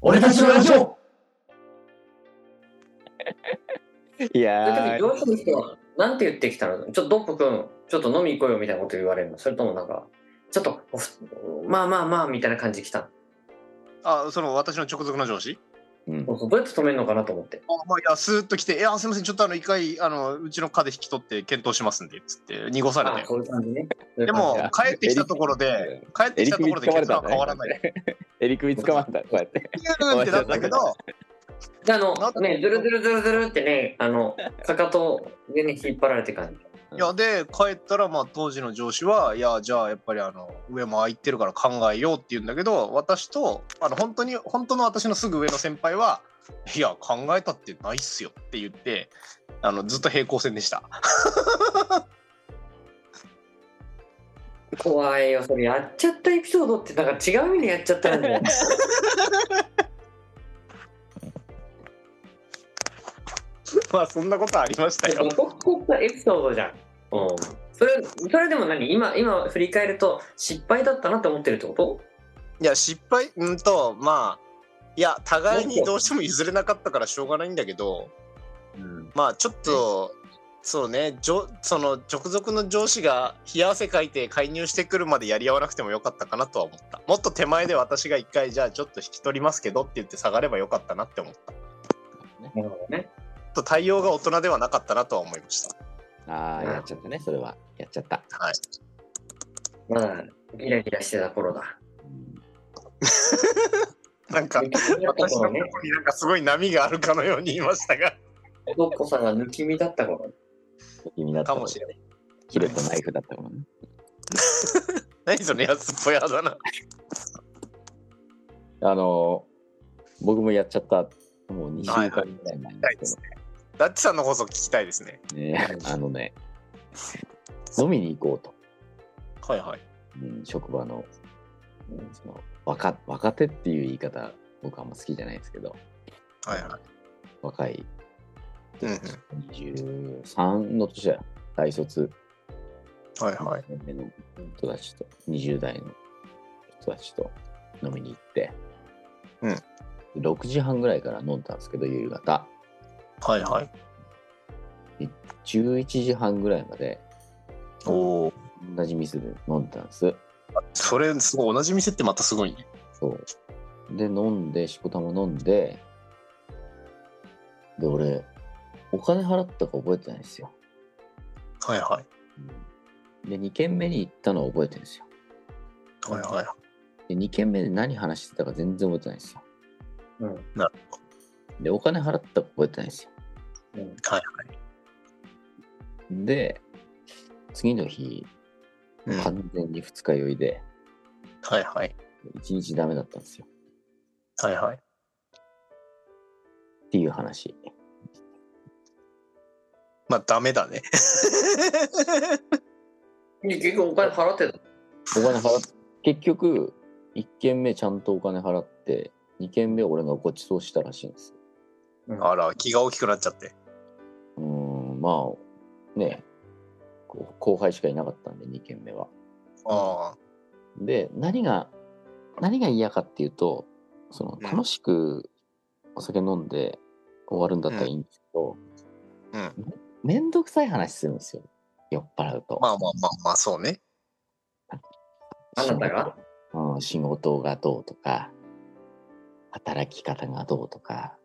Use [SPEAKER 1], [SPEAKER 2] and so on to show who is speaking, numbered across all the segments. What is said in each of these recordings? [SPEAKER 1] 俺たちのラジオ
[SPEAKER 2] い
[SPEAKER 3] それ
[SPEAKER 2] や
[SPEAKER 3] でも洋一の人はなんて言ってきたのちょっとドップ君ちょっと飲み行こうよみたいなこと言われるのそれともなんかちょっとおふまあまあまあみたいな感じで来たの
[SPEAKER 4] あ、その私の直属の上司
[SPEAKER 2] うん
[SPEAKER 3] そうそうどうやって止めるのかなと思って
[SPEAKER 4] あまあ、いや、スーッと来て、いや、すみません、ちょっとあの、一回、あの、うちの課で引き取って検討しますんで、つって、濁され
[SPEAKER 3] あ
[SPEAKER 4] て。
[SPEAKER 3] そういう感じねそういう
[SPEAKER 4] で
[SPEAKER 3] 感じ
[SPEAKER 4] も、帰ってきたところで、帰ってきたところで結論は変わらない。
[SPEAKER 2] えりくみつかまったこうやって
[SPEAKER 4] ピューンってなったけど、
[SPEAKER 3] であの
[SPEAKER 4] なんか
[SPEAKER 3] ねずるずるずるずるってねあのかかと上に引っ張られて感じ
[SPEAKER 4] いや、で、帰ったら、まあ、当時の上司は、いや、じゃあ、やっぱり、あの、上も空いてるから考えようって言うんだけど、私と、あの、本当に、本当の私のすぐ上の先輩は、いや、考えたってないっすよって言って、あの、ずっと平行線でした。
[SPEAKER 3] 怖いよそれやっちゃったエピソードってなんか違う意味でやっちゃったん だよ
[SPEAKER 4] まあ、そんなことありましたよ。
[SPEAKER 3] 残ったエピソードじゃんうんそれそれでも何今今振り返ると失敗だったなって思ってるってこと
[SPEAKER 4] いや、失敗、うんと、まあ、いや、互いにどうしても譲れなかったからしょうがないんだけど、まあちょっとそうねじょその直属の上司が冷や汗かいて介入してくるまでやり合わなくてもよかったかなとは思ったもっと手前で私が一回じゃあちょっと引き取りますけどって言って下がればよかったなって思ったちょ
[SPEAKER 3] なるほどね
[SPEAKER 4] っと対応が大人ではなかったなとは思いました
[SPEAKER 2] ああやっちゃったねそれはやっちゃった
[SPEAKER 4] はい
[SPEAKER 3] まだギラギラしてた頃だ。
[SPEAKER 4] なんか
[SPEAKER 3] 抜き身だった
[SPEAKER 4] 私の
[SPEAKER 3] 頃
[SPEAKER 4] 過
[SPEAKER 3] ね。
[SPEAKER 4] 去になんかすごい波があるかのように言いましたが
[SPEAKER 3] ロッコさんが抜き身だった頃。
[SPEAKER 2] 気になった
[SPEAKER 4] かもしれない
[SPEAKER 2] キレとナイフだったもんね
[SPEAKER 4] 何その安っぽいあだな
[SPEAKER 2] あのー僕もやっちゃったもう2週間ぐらい前なんです
[SPEAKER 4] ダッチさんの放送聞きたいですね
[SPEAKER 2] けどねあのね飲みに行こうと、
[SPEAKER 4] はいはい
[SPEAKER 2] うん、職場のうんその若若手っていう言い方僕はあんま好きじゃないですけど
[SPEAKER 4] はいはい
[SPEAKER 2] 若い
[SPEAKER 4] うんうん
[SPEAKER 2] 23の年だよ大卒
[SPEAKER 4] はいはい
[SPEAKER 2] 年目の人たちと20代の人たちと飲みに行って、
[SPEAKER 4] うん
[SPEAKER 2] 6時半ぐらいから飲んだんですけど夕方
[SPEAKER 4] はいはい
[SPEAKER 2] 11時半ぐらいまで
[SPEAKER 4] おお
[SPEAKER 2] 同じ店で飲んでたんです
[SPEAKER 4] それすごい同じ店ってまたすごいね
[SPEAKER 2] そうで飲んでしこたま飲んでで俺お金払ったか覚えてないんですよ
[SPEAKER 4] はいはい
[SPEAKER 2] で2軒目に行ったのは覚えてるんですよ
[SPEAKER 4] はいはい
[SPEAKER 2] で2軒目で何話してたか全然覚えてないんですよ
[SPEAKER 3] うん。
[SPEAKER 2] でお金払ったか覚えてないんですよ
[SPEAKER 3] うん。
[SPEAKER 4] はい
[SPEAKER 2] で次の日
[SPEAKER 4] うん
[SPEAKER 2] 完全に二日酔いで
[SPEAKER 4] はいはい
[SPEAKER 2] 一日ダメだったんですよ
[SPEAKER 4] はいはい
[SPEAKER 2] っていう話
[SPEAKER 4] まあダメだね
[SPEAKER 3] で結局お金払ってた。
[SPEAKER 2] お金払っ 結局1軒目ちゃんとお金払って2軒目俺がごちそうしたらしいんです
[SPEAKER 4] あら気が大きくなっちゃって
[SPEAKER 2] うーんまあねこう後輩しかいなかったんで2軒目は
[SPEAKER 4] あ
[SPEAKER 2] で何が何が嫌かっていうとその
[SPEAKER 4] うん
[SPEAKER 2] 楽しくお酒飲んで終わるんだったらいいんですけど、
[SPEAKER 4] うんうん
[SPEAKER 2] めんどくさい話するんですよ酔っ払うと、
[SPEAKER 4] あまあまあまあまあそうね
[SPEAKER 3] あなたが
[SPEAKER 2] うん、仕事がどうとか働き方がどうとか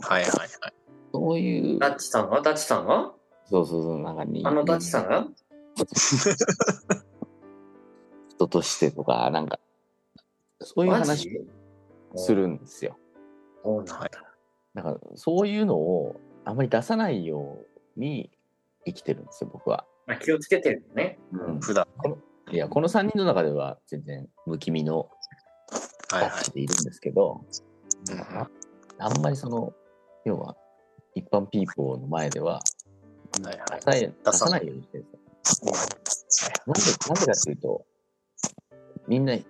[SPEAKER 4] はいはいはい
[SPEAKER 2] そういう
[SPEAKER 3] ダッチさんがダッチさんが
[SPEAKER 2] そうそうそうなんかに
[SPEAKER 3] あのダッチさんが
[SPEAKER 2] 人としてとかなんかそういう
[SPEAKER 3] マ
[SPEAKER 2] 話
[SPEAKER 3] ジ
[SPEAKER 2] す。るんですよ
[SPEAKER 3] そうなんだ。
[SPEAKER 2] だからそういうのをあまり出さないように生きてるんですよ僕は、
[SPEAKER 3] まあ、気をつけてるよね。
[SPEAKER 4] 普段
[SPEAKER 2] いやこの3人の中では全然不気味の
[SPEAKER 4] はい
[SPEAKER 2] タ
[SPEAKER 4] はい
[SPEAKER 2] ッチでいるんですけど、
[SPEAKER 4] うんうんは
[SPEAKER 2] あんまりその要は一般ピーポーの前ではい
[SPEAKER 4] は
[SPEAKER 2] 出
[SPEAKER 4] い
[SPEAKER 2] さない出
[SPEAKER 4] 出
[SPEAKER 2] さ
[SPEAKER 4] さ
[SPEAKER 2] な
[SPEAKER 4] ない
[SPEAKER 2] ようにしてるんですよなんでなんでかっていうとみんな聞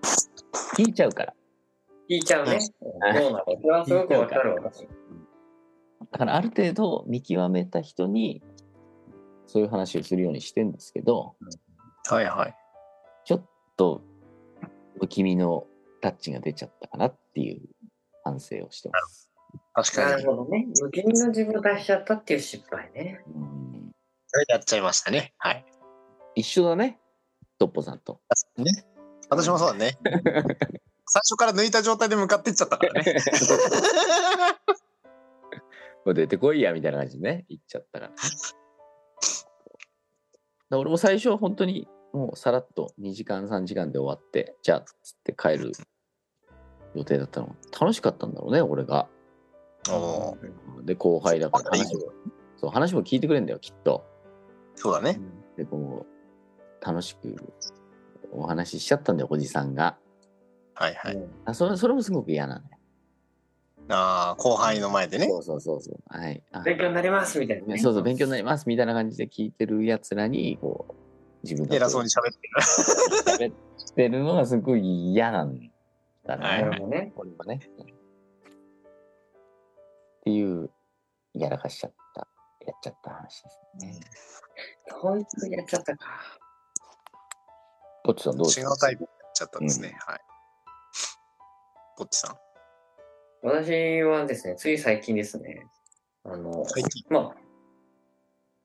[SPEAKER 2] いちゃうから
[SPEAKER 3] 聞いちゃうね。そうなんだ。それはすごくわかるわ。
[SPEAKER 2] だからある程度見極めた人にそういう話をするようにしてるんですけど
[SPEAKER 4] はいはい
[SPEAKER 2] ちょっと不気味のタッチが出ちゃったかなっていう反省をしてます。
[SPEAKER 4] 確
[SPEAKER 3] な
[SPEAKER 4] か
[SPEAKER 3] る
[SPEAKER 4] に。
[SPEAKER 3] ほどね。無限の自分を出しちゃったっていう失敗ね。
[SPEAKER 2] うん
[SPEAKER 4] やっちゃいましたね。はい。
[SPEAKER 2] 一緒だね、トッポさんと。
[SPEAKER 4] ね。私もそうだ ね。最初から抜いた状態で向かっていっちゃった からね。
[SPEAKER 2] もう出てこいやみたいな感じでね、言っちゃったから。だから俺も最初は本当にもうさらっと2時間3時間で終わって、じゃあっつって帰る予定だったの。楽しかったんだろうね、俺が。
[SPEAKER 4] おー
[SPEAKER 2] で、後輩だから
[SPEAKER 4] そう
[SPEAKER 2] 話もそう話も聞いてくれんだよ、きっと。
[SPEAKER 4] そうだね。
[SPEAKER 2] で、こう、楽しくお話ししちゃったんだよ、おじさんが。
[SPEAKER 4] はいはい。
[SPEAKER 2] あそれそれもすごく嫌なのよ。
[SPEAKER 4] ああ、後輩の前でね。
[SPEAKER 2] そうそうそうそう。はい。あ
[SPEAKER 3] 勉強になりますみたいな、ね。
[SPEAKER 2] そうそう、勉強になりますみたいな感じで聞いてるやつらに、こう、自分
[SPEAKER 4] 偉そうに
[SPEAKER 2] に
[SPEAKER 4] 喋って
[SPEAKER 2] 喋
[SPEAKER 4] る。
[SPEAKER 2] ってるのがすごい嫌なんだね。
[SPEAKER 4] はい
[SPEAKER 3] なるほどね。
[SPEAKER 2] これはね。っていう、やらかしちゃった、やっちゃった話ですね。
[SPEAKER 3] こいつやっちゃったか。
[SPEAKER 2] ポッチさんどうです
[SPEAKER 4] 違
[SPEAKER 2] か
[SPEAKER 4] うタイプになっちゃったんですね。はい。ポッチさん。
[SPEAKER 3] 私はですね、つい最近ですね。あの、
[SPEAKER 4] 最近。
[SPEAKER 3] まあ、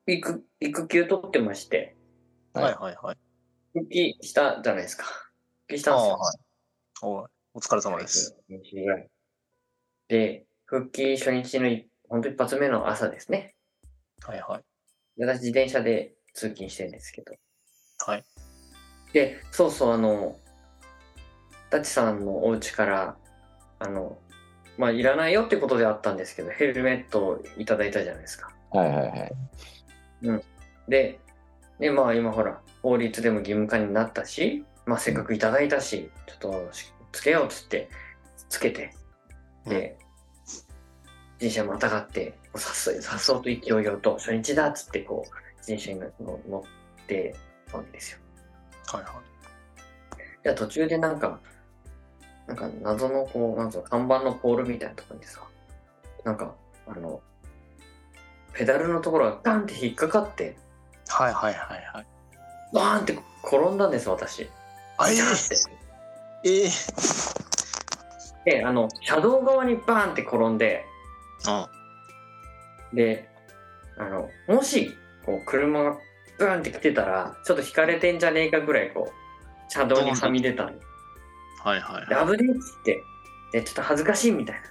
[SPEAKER 3] 育育休取ってまして、
[SPEAKER 2] はい
[SPEAKER 4] はいはいはい。
[SPEAKER 3] 復帰したじゃないですか。復帰し
[SPEAKER 4] あ
[SPEAKER 3] たんです
[SPEAKER 4] あ
[SPEAKER 3] よ。
[SPEAKER 4] はい。おいお疲れ様です。
[SPEAKER 3] 2時ぐらいで、復帰初日のいほんと一発目の朝ですね。
[SPEAKER 4] はいはい。
[SPEAKER 3] 私自転車で通勤してるんですけど。
[SPEAKER 4] はい。
[SPEAKER 3] で、そうそう、あの、ダチさんのお家から、あの、まあ、いらないよってことであったんですけど、ヘルメットをいただいたじゃないですか。
[SPEAKER 2] はいはいはい。
[SPEAKER 3] で、で、まあ今ほら、法律でも義務化になったし、まあせっかくいただいたし、ちょっとしつけようっつって、つけて、で、自転車またがって、こうさっそう、さっそうと勢いよと、初日だっつってこう、自転車に乗乗ってたわけですよ。
[SPEAKER 4] はいはい。
[SPEAKER 3] じゃあ途中でなんか、なんか謎のこう、なんつうの、看板のポールみたいなところにさ、なんか、あの、ペダルのところがガンって引っかかって、
[SPEAKER 4] はいはいはいはい。
[SPEAKER 3] バーンって転んだんです、私。
[SPEAKER 4] あ
[SPEAKER 3] ジャン
[SPEAKER 4] え
[SPEAKER 3] って。
[SPEAKER 4] ええ
[SPEAKER 3] で、あの、車道側にバーンって転んで、
[SPEAKER 4] ー。
[SPEAKER 3] で、あの、もし、こう、車がバーンって来てたら、ちょっと引かれてんじゃねえかぐらい、こう、車道にはみ出たんで、
[SPEAKER 4] うん。はいはい
[SPEAKER 3] で
[SPEAKER 4] はい。
[SPEAKER 3] 危ねえっつって、で、ちょっと恥ずかしいみたいな。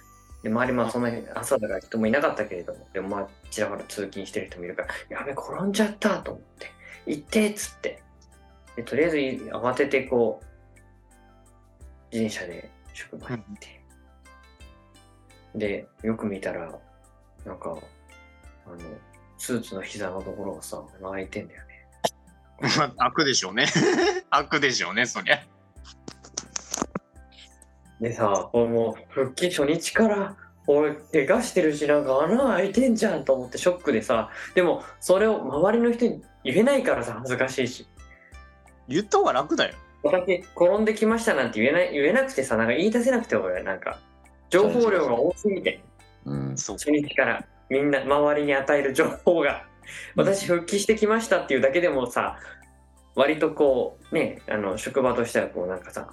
[SPEAKER 3] で、周りもそんなに朝だから人もいなかったけれども、でもまあ、ちらほら通勤してる人もいるから、やべ、転んじゃったと思って、行ってっつって。で、とりあえず慌てて、こう、自転車で職場に行って。で、よく見たら、なんか、あの、スーツの膝のところがさ、穴開いてんだよね。
[SPEAKER 4] まあ、悪でしょう ね。悪でしょうね、そりゃ。
[SPEAKER 3] でさ、これもう復帰初日から、俺、怪我してるし、なんか穴開いてんじゃんと思ってショックでさ、でも、それを周りの人に言えないからさ、恥ずかしいし。
[SPEAKER 4] 言った方が楽だよ。
[SPEAKER 3] 私、転んできましたなんて言えない、言えなくてさ、なんか言い出せなくて、俺、なんか、情報量が多すぎて、
[SPEAKER 2] うん。
[SPEAKER 4] そう。
[SPEAKER 3] 初日から、みんな、周りに与える情報が。私、復帰してきましたっていうだけでもさ、割とこう、ね、あの、職場としては、こう、なんかさ、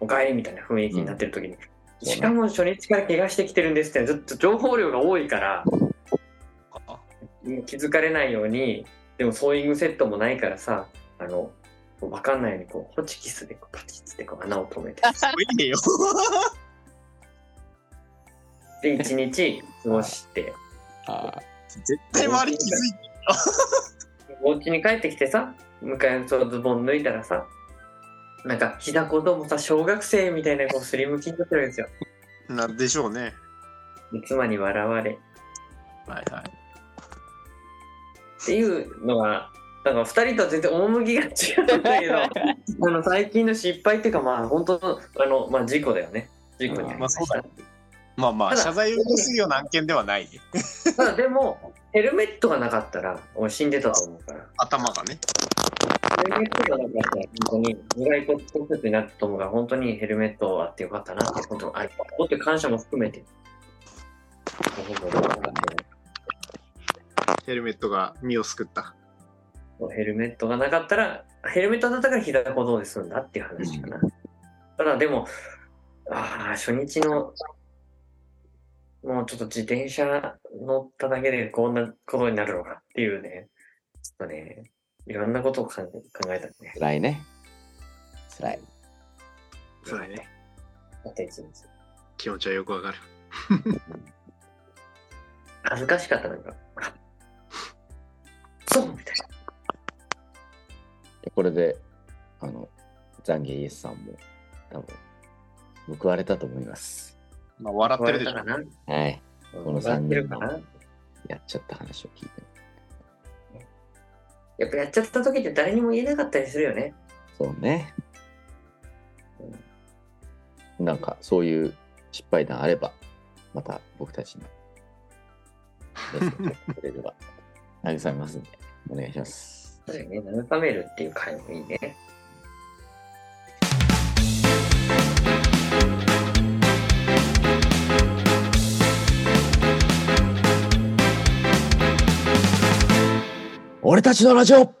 [SPEAKER 3] お帰りみたいな雰囲気になってる時に、
[SPEAKER 2] そうね
[SPEAKER 3] しかも初日から怪我してきてるんですって、ずっと情報量が多いから、気づかれないように、でもソーイングセットもないからさ、あの、こうわかんないように、こう、ホチキスでこうパチッつってこう穴を止めて、
[SPEAKER 4] いいよ。
[SPEAKER 3] で、一日過ごして、
[SPEAKER 2] ああ、
[SPEAKER 4] 絶対周り気づいて。
[SPEAKER 3] お家に帰ってきてさ、迎えそのズボン脱いだらさ、なんか、膝子供さ、小学生みたいな、こう、すりむきになってるんですよ。
[SPEAKER 4] なんでしょうね。
[SPEAKER 3] で妻に笑われ。
[SPEAKER 4] はいは
[SPEAKER 3] っ
[SPEAKER 4] い。
[SPEAKER 3] ていうのが、なんか2人とは全然趣が違うんだけ ど、あの最近の失敗っていうか、まあ本当のあの、まあ、事故だよね。事故に遭いした
[SPEAKER 4] まあそうだよまあま
[SPEAKER 3] た
[SPEAKER 4] あ、
[SPEAKER 3] だ
[SPEAKER 4] 謝罪をするような案件ではない。
[SPEAKER 3] ただでも、ヘルメットがなかったら、俺死んでたと思うから。
[SPEAKER 4] 頭がね。
[SPEAKER 3] ヘルメットがなかったら、本当に、無害骨折になったと思うから、本当にヘルメットあってよかったなって、本当にありがとうって感謝も含めて。
[SPEAKER 4] ヘルメットが身を救った。
[SPEAKER 3] ヘルメットがなかったら、ヘルメットだったから膝小僧で済んだっていう話かな。ただでも、ああ、初日のもうちょっと自転車乗っただけでこんなことになるのかっていうね、ちょっとね、いろんなことを考え考えたね。
[SPEAKER 2] 辛いね。辛い。
[SPEAKER 1] そうだね。
[SPEAKER 3] だって一日
[SPEAKER 1] 気持ちはよくわかる。
[SPEAKER 3] 恥ずかしかったのが、そうみたい
[SPEAKER 2] これで、あの、懺悔イエスさんも、多分、報われたと思います。
[SPEAKER 4] まあ、笑
[SPEAKER 3] な。
[SPEAKER 4] ってるでしょ
[SPEAKER 3] か。な
[SPEAKER 2] はい。この
[SPEAKER 3] 笑
[SPEAKER 2] 三
[SPEAKER 3] っ
[SPEAKER 2] 人
[SPEAKER 3] てるか
[SPEAKER 2] の
[SPEAKER 3] な
[SPEAKER 2] やっちゃった話を聞いて。
[SPEAKER 3] やっぱやっちゃった時って誰にも言えなかったりするよね。
[SPEAKER 2] そうね。なんか、そういう失敗談あれば、また僕たちに、メッセージをくれれ ば、慰めますんで、お願いします。
[SPEAKER 3] そうだよね。慰めるっていう回もいいね。
[SPEAKER 2] 俺たちのラジオ